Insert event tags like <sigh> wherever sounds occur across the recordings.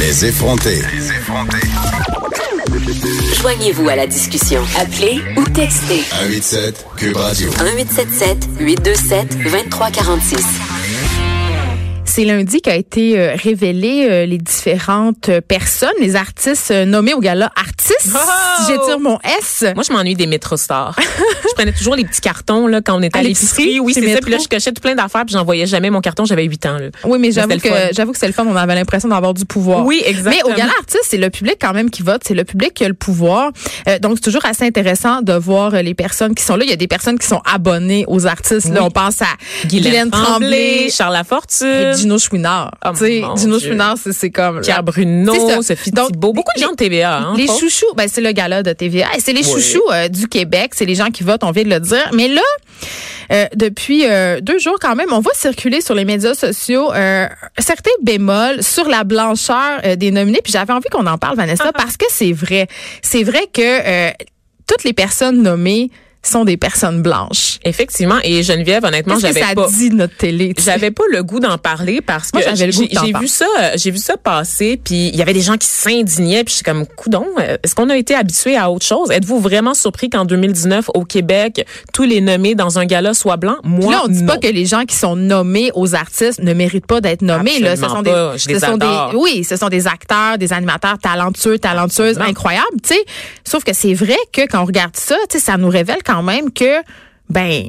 Les effronter. Joignez-vous à la discussion. Appelez ou textez 187 Cube Radio. 1877 827 2346. C'est lundi qu'a été euh, révélé euh, les différentes euh, personnes, les artistes euh, nommés au gala artistes. Oh! Si j'étire mon S. Moi, je m'ennuie des métrostars. <laughs> je prenais toujours les petits cartons là, quand on était À à l'épicerie, l'épicerie. Oui, chez c'est ça. Métro. Puis là, je cochais tout plein d'affaires, puis j'envoyais jamais mon carton. J'avais 8 ans. là. Oui, mais Mais j'avoue que c'était le fun. j'avoue que c'est le fun. On avait l'impression d'avoir du pouvoir. Oui, exactement. Mais au gala artiste, c'est le public quand même qui vote, c'est le public qui a le pouvoir. Euh, donc c'est toujours assez intéressant de voir euh, les personnes qui sont là. Il y a des personnes qui sont abonnées aux artistes. Là, Oui. on pense à Guylaine, Tremblay, Charles Lafortune, et Gino Chouinard. Oh, Tu sais, mon Gino Dieu. Chouinard, c'est- c'est comme la Pierre Bruno, C'est ça. Sophie Donc, Thibault. Beaucoup les- de gens de TVA. Hein, Les entre autres. chouchous, ben c'est le gala de TVA. Et c'est les Oui. chouchous euh, du Québec, c'est les gens qui votent, on vient de le dire. Mais là, euh, depuis euh, deux jours quand même, on voit circuler sur les médias sociaux euh, certains bémols sur la blancheur euh, des nominés. Puis j'avais envie qu'on en parle, Vanessa, Uh-huh. parce que c'est vrai. C'est vrai que euh, toutes les personnes nommées sont des personnes blanches. Effectivement. Et Geneviève, honnêtement, Qu'est-ce que j'avais ça pas. dit notre télé? tu sais? J'avais pas le goût d'en parler parce que Moi, j'avais le goût j'ai que t'en j'ai parles. vu ça, euh, j'ai vu ça passer, puis il y avait des gens qui s'indignaient, puis je suis comme coudon. euh, Est-ce qu'on a été habitué à autre chose Êtes-vous vraiment surpris qu'en 2019 au Québec, tous les nommés dans un gala soient blancs Moi, Puis là, on dit pas non. que les gens qui sont nommés aux artistes ne méritent pas d'être nommés. Là, ce Absolument sont pas. des, Je les ce sont des- adore. oui, ce sont des acteurs, des animateurs talentueux, talentueuses, Absolument. incroyables. Tu sais, sauf que c'est vrai que quand on regarde ça, tu sais, ça nous révèle quand même que, ben,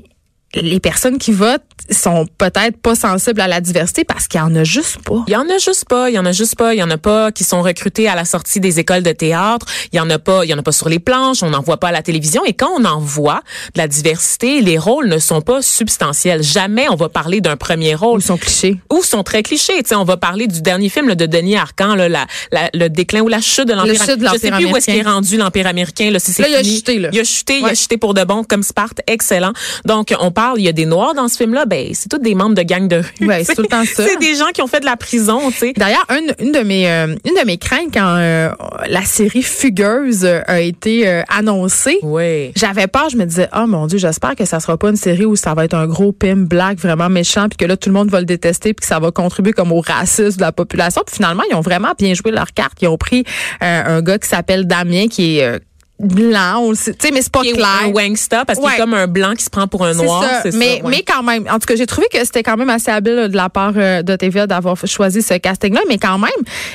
les personnes qui votent sont peut-être pas sensibles à la diversité parce qu'il y en a juste pas. Il y en a juste pas, il y en a juste pas, il y en a pas qui sont recrutés à la sortie des écoles de théâtre, il y en a pas, il y en a pas sur les planches, on n'en voit pas à la télévision et quand on en voit de la diversité, les rôles ne sont pas substantiels. Jamais on va parler d'un premier rôle. Ils sont clichés. ou sont très clichés. Tu sais, on va parler du dernier film là, de Denis Arcand, là, la- la- le déclin ou la chute de l'Empire chute de Je sais l'Empire plus où est-ce qu'il est américain. rendu l'Empire américain. Là, si c'est Là, il a fini. chuté, là. Il a chuté, il Ouais. a chuté pour de bon, comme Sparte. Excellent. Donc, on parle, il y a des Noirs dans ce film-là. Ben, c'est tous des membres de gangs de rue. Ouais, c'est tout le <laughs> temps ça. C'est des gens qui ont fait de la prison, tu sais. D'ailleurs, une, une de mes euh, une de mes craintes quand euh, la série Fugueuse euh, a été euh, annoncée, Oui. J'avais peur, je me disais, oh mon Dieu, j'espère que ça sera pas une série où ça va être un gros pim black vraiment méchant, puis que là tout le monde va le détester, puis que ça va contribuer comme au racisme de la population. Puis finalement, ils ont vraiment bien joué leur carte. Ils ont pris euh, un gars qui s'appelle Damien, qui est euh, blanc, on le sait, tu sais, mais c'est pas Qui est clair. un Wangsta parce qu'il Ouais. est comme un blanc qui se prend pour un C'est noir. ça. C'est ça. Mais, ouais. mais quand même, en tout cas, j'ai trouvé que c'était quand même assez habile euh, de la part euh, de TVA d'avoir f- choisi ce casting-là. Mais quand même,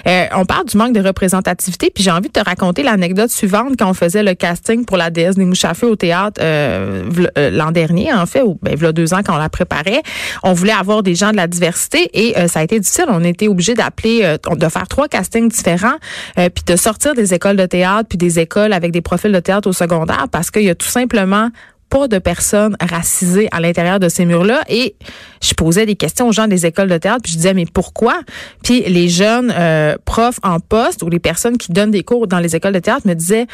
euh, on parle du manque de représentativité. Puis j'ai envie de te raconter l'anecdote suivante quand on faisait le casting pour la déesse des mouches à feu au théâtre euh, v'là- euh, l'an dernier, en fait, ou ben, v'là deux ans quand on la préparait. On voulait avoir des gens de la diversité et euh, ça a été difficile. On était obligé d'appeler, euh, de faire trois castings différents, euh, puis de sortir des écoles de théâtre, puis des écoles avec des profils de théâtre au secondaire parce qu'il y a tout simplement pas de personnes racisées à l'intérieur de ces murs-là. Et je posais des questions aux gens des écoles de théâtre, puis je disais, mais pourquoi? Puis les jeunes euh, profs en poste ou les personnes qui donnent des cours dans les écoles de théâtre me disaient,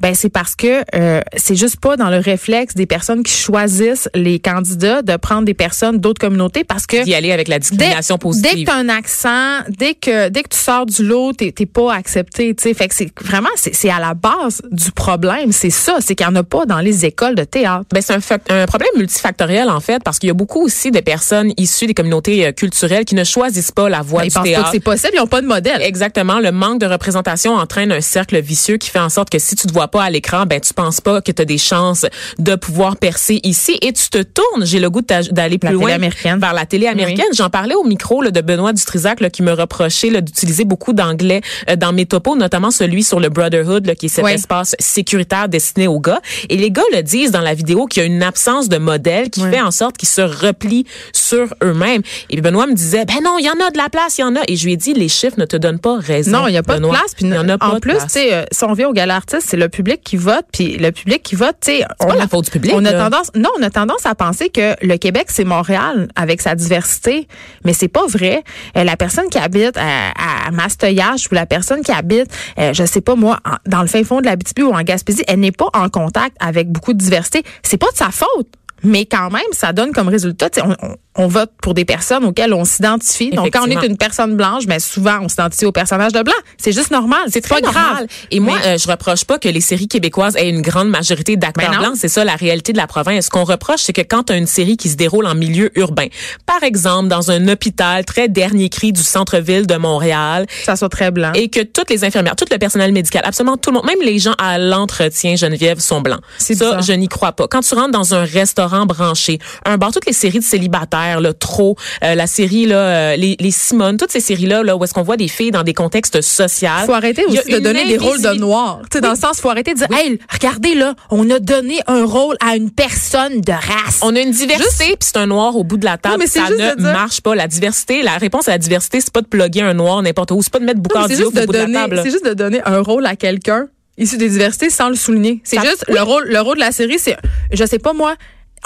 ben c'est parce que euh, c'est juste pas dans le réflexe des personnes qui choisissent les candidats de prendre des personnes d'autres communautés parce que d'y aller avec la discrimination positive. dès que t'as un accent, dès que dès que tu sors du lot, t'es t'es pas accepté. Tu sais, fait que c'est vraiment c'est c'est à la base du problème. C'est ça, c'est qu'il y en a pas dans les écoles de théâtre. Ben, c'est un, fac- un problème multifactoriel en fait parce qu'il y a beaucoup aussi de personnes issues des communautés euh, culturelles qui ne choisissent pas la voie Ben, ils du pensent pas que théâtre. c'est possible, ils n'ont pas de modèle. Exactement, le manque de représentation entraîne un cercle vicieux qui fait en sorte que si tu te vois pas à l'écran, ben tu penses pas que tu as des chances de pouvoir percer ici et tu te tournes, j'ai le goût de t'aj- d'aller plus La loin télé américaine. vers la télé américaine. J'en parlais au micro là, de Benoît Dutrisac là, qui me reprochait là, d'utiliser beaucoup d'anglais euh, dans mes topos, notamment celui sur le Brotherhood là, qui est cet Ouais. espace sécuritaire destiné aux gars et les gars le disent dans la vidéo vidéo, qu'il y a une absence de modèle qui Ouais. fait en sorte qu'ils se replient sur eux-mêmes. Et Benoît me disait, ben non, il y en a de la place, il y en a. Et je lui ai dit, les chiffres ne te donnent pas raison. Non, il n'y a pas Benoît. de place. Puis Il y en a pas de plus, tu place. sais, euh, si on vient au gala artiste, c'est le public qui vote. Puis le public qui vote, tu sais, on pas a- la faute du public, On a là. tendance, non, on a tendance à penser que le Québec c'est Montréal avec sa diversité, mais c'est pas vrai. Euh, la personne qui habite à, à Mastoyage ou la personne qui habite, euh, je sais pas moi, en- dans le fin fond de l'Abitibi ou en Gaspésie, elle n'est pas en contact avec beaucoup de diversité. C'est pas de sa faute. Mais quand même, ça donne comme résultat, tu sais, on, on- on vote pour des personnes auxquelles on s'identifie. Donc, quand on est Effectivement. une personne blanche, mais souvent on s'identifie au personnage de blanc. C'est juste normal. C'est pas très grave. normal. Et moi, Mais- euh, je reproche pas que les séries québécoises aient une grande majorité d'acteurs Ben non. blancs. C'est ça la réalité de la province. Ce qu'on reproche, c'est que quand tu as une série qui se déroule en milieu urbain, par exemple dans un hôpital très dernier cri du centre-ville de Montréal, que ça soit très blanc. et que toutes les infirmières, tout le personnel médical, absolument tout le monde, même les gens à l'entretien Geneviève sont blancs. C'est ça, bizarre. je n'y crois pas. Quand tu rentres dans un restaurant branché, un bar, toutes les séries de célibataires, le trop, euh, la série là, euh, les, les Simone, toutes ces séries là, là où est-ce qu'on voit des filles dans des contextes sociaux. faut arrêter Ah, Il y a aussi de une donner des rôles de invisibilité. noirs. Tu sais, dans le sens, faut arrêter de dire, hey, regardez là, on a donné un rôle à une personne de race. On a une diversité, puis c'est un noir au bout de la table. Non, mais c'est ça juste ne de dire- marche pas. La diversité, la réponse à la diversité, c'est pas de plugger un noir n'importe où, c'est pas de mettre Non, mais Boucardio c'est au juste bout de de la donner, table. c'est juste de donner un rôle à quelqu'un issu des diversités sans le souligner. C'est juste le rôle, le rôle de la série, c'est, je sais pas moi.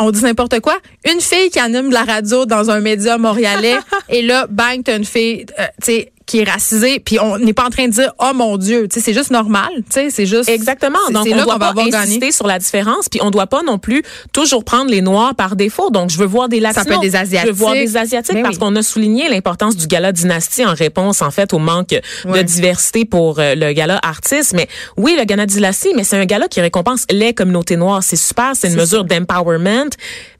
On dit n'importe quoi. Une fille qui anime de la radio dans un média montréalais <laughs> et là, bang, t'as une fille, euh, tu sais, qui est racisée. Puis on n'est pas en train de dire, oh mon Dieu, tu sais, c'est juste normal, tu sais, c'est juste. Exactement. c'est- Donc, c'est on là doit qu'on pas va avoir insister gagné. sur la différence, puis on doit pas non plus toujours prendre les Noirs par défaut. Donc, je veux voir des Latinos. peut être des Je veux voir Asiatiques. des Asiatiques Ben parce oui. qu'on a souligné l'importance du gala Dynastie en réponse, en fait, au manque de Ouais. diversité pour euh, le gala artiste. Mais oui, le gala Dynastie, mais c'est un gala qui récompense les communautés noires. C'est super, c'est une mesure d'empowerment,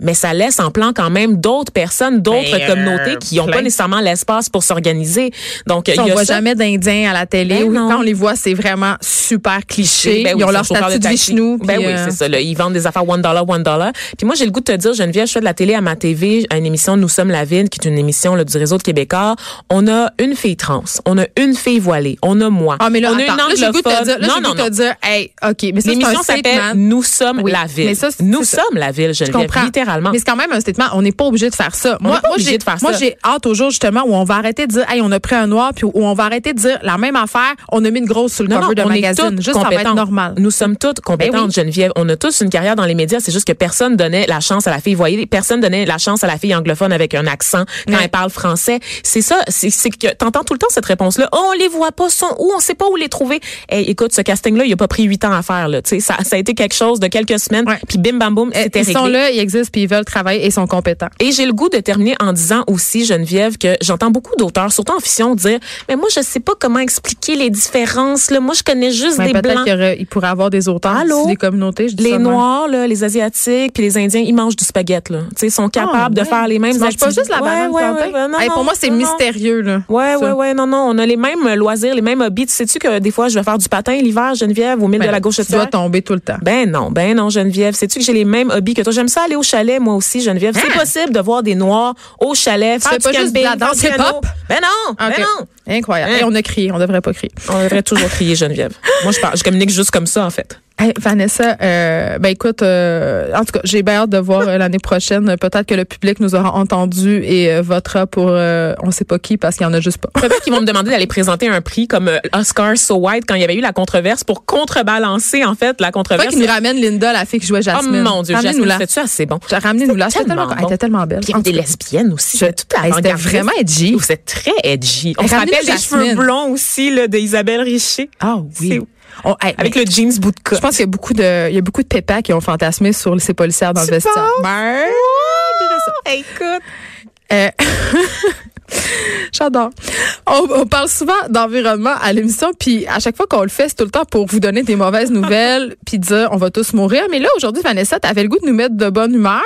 mais ça laisse en plan quand même d'autres personnes, d'autres Ben, euh, communautés qui n'ont pas plein. nécessairement l'espace pour s'organiser. Donc, il on y a voit ça. jamais d'Indiens à la télé. Ben Oui, non. quand on les voit, c'est vraiment super cliché. Ben oui, Ils ont c'est leur chauffeur statut de taxi. Vishnu. Ben puis, oui, euh, c'est ça. là. Ils vendent des affaires one dollar, one dollar. Puis moi, j'ai le goût de te dire, Geneviève, je fais de la télé à ma TV, à une émission Nous sommes la ville, qui est une émission là, du réseau de Québécois. On a une fille trans, on a une fille voilée, on a moi. Ah, mais là, on a attends, là, j'ai le goût de te dire, là, j'ai non, le goût non, de non. te dire, hey, OK, mais ça, c'est L'émission un s'appelle statement. Nous sommes Oui, la ville. mais ça, c'est- Nous c'est ça. sommes la ville, Je Geneviève, comprends. littéralement. Mais c'est quand même un statement. On n'est pas obligé de faire ça. n'est pas obligé j'ai- de faire moi, ça. j'ai hâte au jour, justement, où on va arrêter de dire, hey, on a pris un noir, puis où on va arrêter de dire la même affaire, on a mis une grosse sur le Non, cover non, de on est magazine. toutes Juste, ça va être compétentes. normal. Nous sommes toutes compétentes, Ben oui. Geneviève. On a tous une carrière dans les médias. C'est juste que personne donnait la chance à la fille. Voyez, personne donnait la chance à la fille anglophone avec un accent quand Ouais. elle parle français. C'est ça. C'est c'est que t'entends tout le temps cette réponse-là. Oh, on les voit pas, sont où On sait pas où les trouver. Hey, écoute, ce casting-là, il a pas pris huit ans à faire. Là. Tu sais, Ça, ça a été quelque chose de quelques semaines. Ouais. Puis bim bam boum, Eh, c'était Ils réglé. sont là, ils existent, puis ils veulent travailler et sont compétents. Et j'ai le goût de terminer en disant aussi, Geneviève, que j'entends beaucoup d'auteurs, surtout en fiction, dire Mais moi, je sais pas comment expliquer les différences. Là. Moi, je connais juste Mais des Ben, peut-être blancs. qu'il y aurait- il pourrait avoir des auteurs Allô? issus des communautés. Je dis ça Les de même. noirs là, les asiatiques puis les indiens, ils mangent du spaghetti là. Tu sais, ils sont capables Ah, de ouais. faire les mêmes Tu manges pas juste la activités. banane Ouais, ouais, plantain? ouais, ouais, non, Hey, pour non, moi, c'est non, non. mystérieux. Là, Ouais, ça. ouais, ouais, non, non, on a les mêmes loisirs, les mêmes hobbies. Tu Sais-tu que des fois, je vais faire du patin l'hiver, Geneviève, au milieu Ben, de la gauche de Tu dois tomber tout le temps. ben non, ben non, Geneviève. Sais-tu que j'ai les mêmes hobbies que toi? J'aime ça aller au chalet, moi aussi, Geneviève. C'est Hein? possible de voir des Noirs au chalet, Tu faire fais du pas juste de camping, la danse faire du piano. hip-hop? Ben non, OK. ben non. Incroyable. Hein? Et on a crié, on devrait pas crier. On devrait toujours crier, Geneviève. Moi, je, parle, je communique juste comme ça, en fait. Hey, Vanessa, euh, ben écoute, euh, en tout cas, j'ai bien hâte de voir euh, l'année prochaine. Peut-être que le public nous aura entendus et euh, votera pour euh, on sait pas qui parce qu'il y en a <laughs> juste pas. Peut-être qu'ils vont me demander d'aller présenter un prix comme euh, Oscar So White quand il y avait eu la controverse pour contrebalancer, en fait, la Toi controverse. qui nous ramène Linda, la fille qui jouait Oh Jasmine. mon Dieu, Ramène-nous Jasmine, la. fais-tu assez bon? Ramenez-nous la. C'était tellement Elle bon. était tellement belle. Puis il y avait des lesbiennes aussi. C'était toute la Hey, c'était vraiment edgy. Vous êtes Oh, très edgy. On se Ramenez-nous rappelle des Jasmine. cheveux blonds aussi, là, d'Isabelle Richer. Ah C'est- oui. On- hey, Avec le jeans bout de Je pense qu'il y a beaucoup de, il y a beaucoup de pépas qui ont fantasmé sur ces policières dans le Tu vestiaire. penses? Ben, <laughs> Écoute. Euh, <laughs> J'adore. On, on parle souvent d'environnement à l'émission, puis à chaque fois qu'on le fait, c'est tout le temps pour vous donner des mauvaises <laughs> nouvelles, puis dire on va tous mourir. Mais là, aujourd'hui, Vanessa, t'avais le goût de nous mettre de bonne humeur,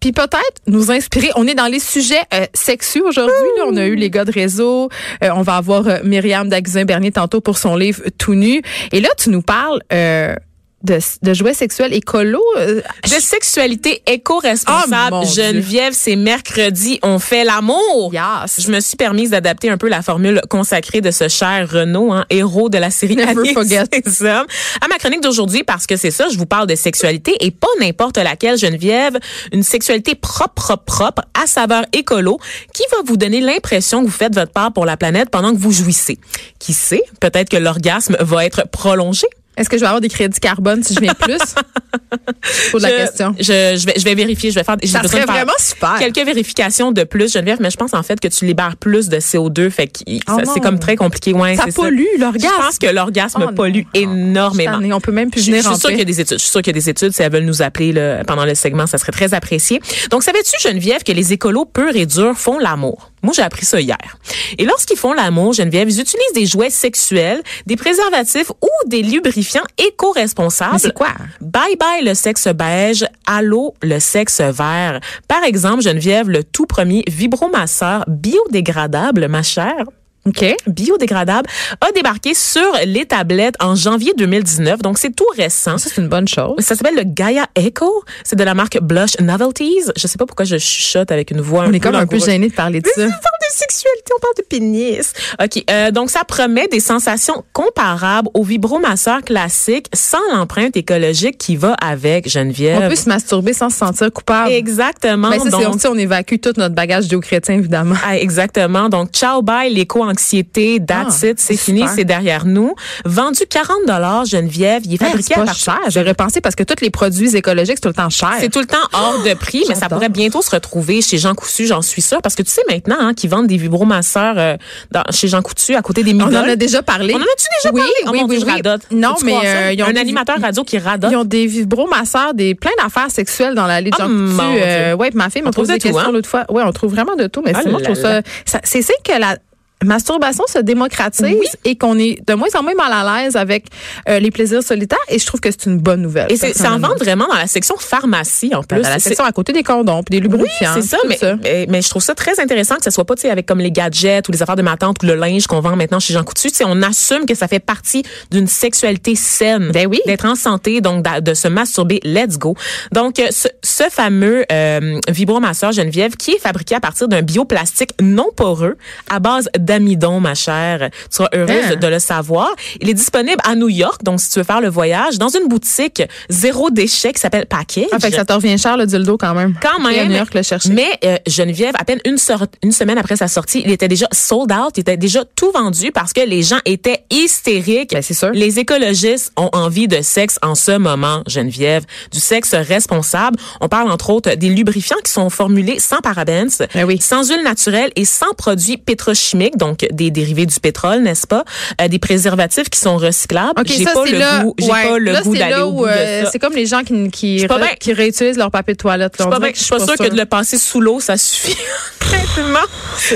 puis peut-être nous inspirer. On est dans les sujets euh, sexuels aujourd'hui. là. on a eu les gars de réseau. Euh, on va avoir euh, Myriam Daguzin-Bernier tantôt pour son livre Tout nu. Et là, tu nous parles... euh, de, de jouets sexuels écolo. euh, De sexualité Ah, éco-responsable, mon Dieu. Geneviève, c'est mercredi, on fait l'amour. Yes. Je me suis permise d'adapter un peu la formule consacrée de ce cher Renaud, hein, héros de la série Never Annie et <laughs> forget. ses hommes, à ma chronique d'aujourd'hui parce que c'est ça, je vous parle de sexualité et pas n'importe laquelle, Geneviève, une sexualité propre, propre, propre, à saveur écolo, qui va vous donner l'impression que vous faites votre part pour la planète pendant que vous jouissez. Qui sait, peut-être que l'orgasme va être prolongé. Est-ce que je vais avoir des crédits carbone si je viens <laughs> plus? Pour la je, question. Je, je vais, je vais vérifier. Je vais faire. j'ai Ça besoin de serait faire vraiment super. Quelques vérifications de plus, Geneviève, mais je pense en fait que tu libères plus de CO2, fait que il- Oh ça- non. c'est comme très compliqué. Ouais, Ça c'est pollue Je l'orgasme. pense que l'orgasme Oh non. pollue énormément. Cette année, on peut même plus Je- venir Je en suis sûre paix. qu'il y a des études. Je suis sûre qu'il y a des études. Si elles veulent nous appeler là, pendant le segment, ça serait très apprécié. Donc, savais-tu, Geneviève, que les écolos purs et durs font l'amour? Moi, j'ai appris ça hier. Et lorsqu'ils font l'amour, Geneviève, ils utilisent des jouets sexuels, des préservatifs ou des lubrifiants éco-responsables. Mais c'est quoi? Bye bye le sexe beige, allô le sexe vert. Par exemple, Geneviève, le tout premier vibromasseur biodégradable, ma chère OK. biodégradable a débarqué sur les tablettes en janvier 2019. Donc, c'est tout récent. Ça, c'est une bonne chose. Ça s'appelle le Gaia Echo. C'est de la marque Blush Novelties. Je sais pas pourquoi je chuchote avec une voix On est comme un peu langoureuse. gêné de parler de Mais ça. On parle de sexualité, on parle de pénis. OK, euh, donc ça promet des sensations comparables au vibromasseur classique sans l'empreinte écologique qui va avec, Geneviève. On peut se masturber sans se sentir coupable. Euh, Exactement. Ben, ça, c'est donc- aussi, on évacue tout notre bagage géo-chrétien, <laughs> évidemment. Ah, exactement. Donc, ciao, bye, l'éco-anxiété, that's Ah, it, c'est super. fini, c'est derrière nous. Vendu 40 Geneviève, il est Hey, fabriqué c'est à pas partir... cher. J'aurais pensé parce que tous les produits écologiques, c'est tout le temps cher. C'est tout le temps hors de prix, mais ça J'adore. pourrait bientôt se retrouver chez Jean Coutu, j'en suis sûre, parce que tu sais maintenant hein, qu'ils vendent des vibromasseurs euh, dans- chez Jean Coutu à côté des On midoles. en a déjà parlé. On en a-tu déjà oui, parlé? Oh Oui, mon oui, Dieu, je oui. radote. Non, Peux-tu mais croire ça? euh, ils ont un des- animateur radio qui radote. Ils ont des vibromasseurs, des plein d'affaires sexuelles dans la Ligue Ah, Jean mon Coutu. Euh, Dieu. ouais, puis ma fille m'a On trouve posé des de tout, questions hein? l'autre fois. Ouais, on trouve vraiment de tout, mais Ah c'est moi je là trouve ça, ça- c'est c'est que la masturbation se démocratise et qu'on est de moins en moins mal à l'aise avec euh, les plaisirs solitaires et je trouve que c'est une bonne nouvelle. Et c'est- ça en personnellement. vend vraiment dans la section pharmacie, en Dans plus. la C'est- section à côté des condoms puis des Oui, lubrifiants. c'est ça puis tout mais, mais mais je trouve ça très intéressant que ça soit pas tu sais avec comme les gadgets ou les affaires de ma tante ou le linge qu'on vend maintenant chez Jean Coutu, tu sais on assume que ça fait partie d'une sexualité saine, Ben oui. d'être en santé donc d'a- de, se masturber, let's go. Donc euh, ce, ce fameux euh, vibromasseur Geneviève qui est fabriqué à partir d'un bioplastique non poreux à base d'amidon ma chère. Tu seras heureuse Hein. de le savoir. Il est disponible à New York donc si tu veux faire le voyage dans une boutique zéro déchet qui s'appelle Package. Ah, fait que ça te revient cher le dildo quand même. Quand Et à même. New York le chercher. Mais euh, Geneviève, à peine une, sor- une semaine après sa sortie, il était déjà sold out, il était déjà tout vendu parce que les gens étaient hystériques. Ben, c'est sûr. Les écologistes ont envie de sexe en ce moment, Geneviève, du sexe responsable. On parle entre autres des lubrifiants qui sont formulés sans parabens, Ben oui. sans huile naturelle et sans produits pétrochimiques, donc des dérivés du pétrole, n'est-ce pas Euh, Des préservatifs qui sont recyclables. Ok, J'ai ça pas c'est le là. goût, j'ai ouais. pas le là, goût c'est d'aller là au où, bout de euh, ça. C'est comme les gens qui, qui, Je suis pas re- bien. qui réutilisent leur papier de toilette. Je suis pas bien- je suis pas sûre que de le passer sous l'eau, ça suffit. <laughs> Honnêtement.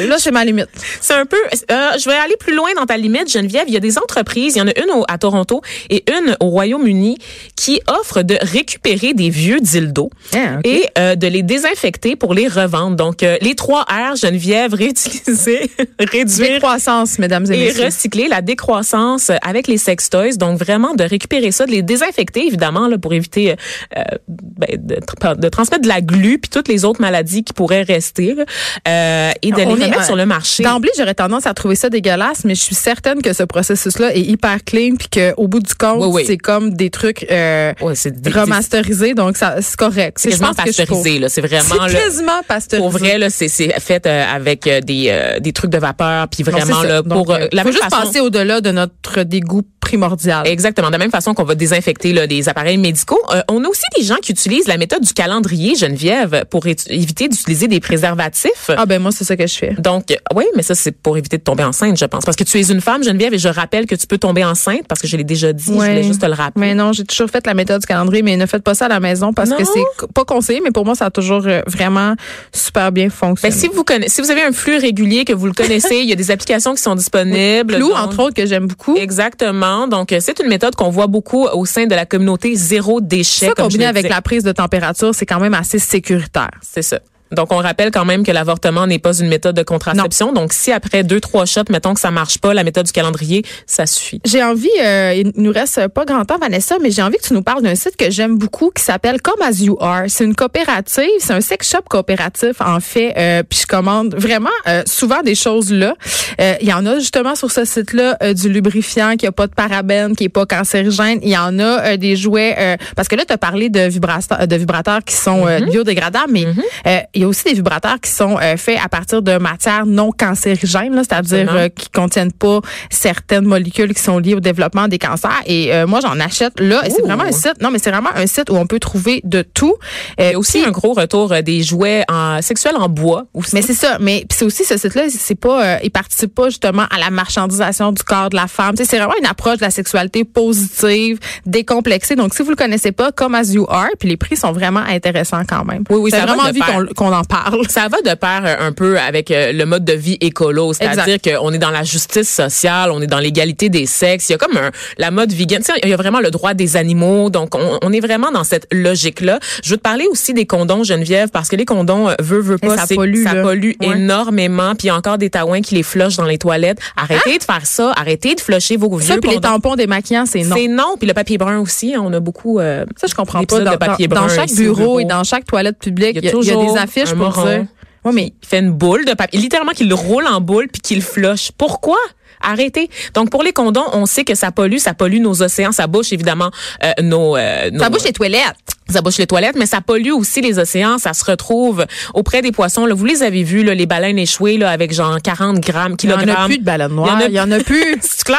Là, c'est ma limite. C'est un peu. euh, je vais aller plus loin dans ta limite, Geneviève. Il y a des entreprises, il y en a une au- à Toronto et une au Royaume-Uni qui offrent de récupérer des vieux dildos Ah, ok. et euh, de les désinfecter pour les revendre. Donc euh, les trois R, Geneviève, <laughs> réutiliser, réduire. Décroissance, mesdames et, Et messieurs. recycler la décroissance euh, avec les sextoys, donc vraiment de récupérer ça, de les désinfecter évidemment là pour éviter euh, euh, ben, de, tra- de transmettre de la glu puis toutes les autres maladies qui pourraient rester là, euh, et de les On est, remettre euh, sur le marché. D'emblée, j'aurais tendance à trouver ça dégueulasse, mais je suis certaine que ce processus-là est hyper clean puis qu'au bout du compte, Oui, oui. c'est comme des trucs euh, Ouais, c'est des- remasterisés, donc ça, c'est correct. C'est Je quasiment pense que je suis pour. pasteurisé, là. C'est vraiment, C'est là. quasiment pasteurisé. Pour vrai, là, c'est, c'est fait euh, avec euh, des, euh, des trucs de vapeur, puis Non, c'est vraiment, ça. là, Donc, pour euh, euh, la faut même juste façon. passer au-delà de notre dégoût primordial. Exactement. De la même façon qu'on va désinfecter là, des appareils médicaux, euh, on a aussi des gens qui utilisent la méthode du calendrier, Geneviève, pour étu- éviter d'utiliser des préservatifs. Ah ben moi, c'est ça que je fais. Donc, euh, oui, mais ça, c'est pour éviter de tomber enceinte, je pense. Parce que tu es une femme, Geneviève, et je rappelle que tu peux tomber enceinte, parce que je l'ai déjà dit, je voulais juste te le rappeler. Mais non, j'ai toujours fait la méthode du calendrier, mais ne faites pas ça à la maison parce Non. que c'est co- pas conseillé, mais pour moi, ça a toujours euh, vraiment super bien Ben, fonctionné. si vous connaissez, si vous avez un flux régulier que vous le connaissez, il y a des applications qui sont disponibles. Clou, Donc, entre autres, que j'aime beaucoup. Exactement. Donc, euh, c'est une méthode qu'on voit beaucoup au sein de la communauté zéro déchet. Ça, comme je combiné le avec disais. la prise de température, c'est quand même assez sécuritaire. C'est ça. Donc, on rappelle quand même que l'avortement n'est pas une méthode de contraception. Donc, si après deux, trois shots, mettons que ça marche pas, la méthode du calendrier, ça suffit. J'ai envie, euh, il nous reste pas grand temps, Vanessa, mais j'ai envie que tu nous parles d'un site que j'aime beaucoup qui s'appelle Come As You Are. C'est une coopérative, c'est un sex shop coopératif, en fait. euh, puis je commande vraiment euh, souvent des choses là. Euh, Il y en a justement sur ce site-là euh, du lubrifiant qui a pas de parabènes, qui est pas cancérigène. Il y en a euh, des jouets, euh, parce que là, tu as parlé de, vibrasta- euh, de vibrateurs qui sont euh, biodégradables, mais euh, il y a aussi des vibrateurs qui sont euh, faits à partir de matières non cancérigènes, là, c'est-à-dire Absolument. euh, qui contiennent pas certaines molécules qui sont liées au développement des cancers. Et euh, moi, j'en achète là. Et c'est Ouh. vraiment un site. Non, mais c'est vraiment un site où on peut trouver de tout. Euh, Il y a aussi un gros retour euh, des jouets en, sexuels en bois aussi. mais c'est ça. Mais puis c'est aussi ce site-là, c'est pas, euh, il participe pas justement à la marchandisation du corps de la femme. Tu sais, c'est vraiment une approche de la sexualité positive, décomplexée. Donc si vous le connaissez pas, comme as you are, puis les prix sont vraiment intéressants quand même. Oui, oui, J'ai ça va vraiment de envie pair. qu'on qu'on en parle. ça va de pair euh, un peu avec euh, le mode de vie écolo, c'est-à-dire qu'on est dans la justice sociale, on est dans l'égalité des sexes. Il y a comme un, la mode vegan. Tu sais, il y a vraiment le droit des animaux, donc on, on est vraiment dans cette logique-là. Je veux te parler aussi des condons, Geneviève, parce que les condons, euh, veut, veut Et pas, ça c'est- pollue, ça là. pollue Ouais. énormément. Puis il y a encore des taouins qui les flushent dans les toilettes. Arrêtez de faire ça, arrêtez de flusher vos Ah! Ça vieux puis les condoms. tampons démaquillants, c'est non. C'est non, puis le papier brun aussi, hein, on a beaucoup. euh, Ça, je comprends pas. d'épisodes Dans, de papier dans- dans brun chaque ici au bureau et dans chaque toilette publique, il y, a- il y a des toujours affiches un pour moron dire. Oui, mais il fait une boule de papier, littéralement qu'il le roule en boule puis qu'il le flush. Pourquoi? Arrêtez. Donc pour les condons, on sait que ça pollue, ça pollue nos océans, ça bouche évidemment euh, nos, euh, nos- ça bouche les toilettes. ça bouche les toilettes, mais ça pollue aussi les océans. Ça se retrouve auprès des poissons. Là, vous les avez vus, là, les baleines échouées là, avec genre 40 grammes, Il y en kilogrammes. a plus de ballon noire. Il y en a <laughs> plus. C'est clair.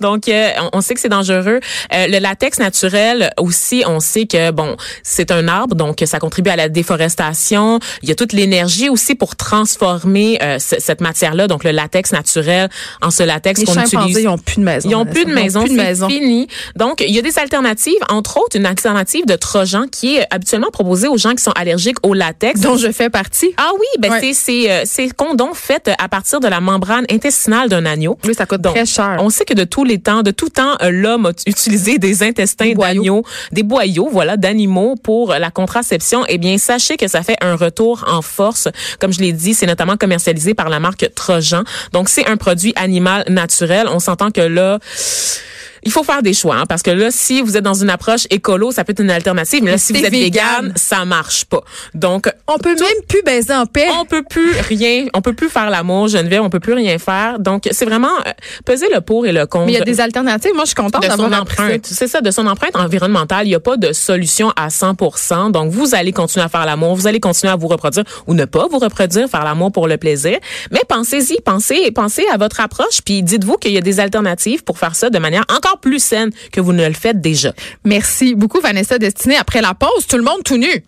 Donc, euh, on, on sait que c'est dangereux. Euh, le latex naturel aussi, on sait que bon, c'est un arbre, donc ça contribue à la déforestation. Il y a toute l'énergie aussi pour transformer euh, ce- cette matière-là, donc le latex naturel en ce latex Les qu'on chimpanzés, utilise. ils ont plus de maison. Ils ont Vanessa. plus de maison, plus de c'est maison. fini. Donc, il y a des alternatives, entre autres une alternative de Trojan qui est habituellement proposée aux gens qui sont allergiques au latex. dont je fais partie. ah oui, ben Ouais. c'est c'est euh, c'est condom fait à partir de la membrane intestinale d'un agneau. Oui, ça coûte Donc, très cher. On sait que de tous les temps, de tout temps, euh, l'homme a t- utilisé des intestins Des boyaux. d'agneaux, des boyaux, voilà, d'animaux pour euh, la contraception. Eh bien, sachez que ça fait un retour en force. Comme je l'ai dit, c'est notamment commercialisé par la marque Trojan. Donc, c'est un produit animal naturel. On s'entend que là, il faut faire des choix, hein, parce que là, si vous êtes dans une approche écolo, ça peut être une alternative. Mais là, si t'es vous êtes vegan. vegan, ça marche pas. Donc, on peut même plus baiser en paix. on peut plus rien, on peut plus faire l'amour, Geneviève, on peut plus rien faire. Donc c'est vraiment euh, peser le pour et le contre. Mais il y a des alternatives. Moi, je suis contente de d'avoir son appris ça. empreinte. C'est ça, de son empreinte environnementale. Il n'y a pas de solution à 100 Donc, vous allez continuer à faire l'amour, vous allez continuer à vous reproduire ou ne pas vous reproduire, faire l'amour pour le plaisir. Mais pensez-y, pensez, pensez à votre approche, puis dites-vous qu'il y a des alternatives pour faire ça de manière encore plus saine que vous ne le faites déjà. Merci beaucoup, Vanessa Destinée. Après la pause, tout le monde tout nu.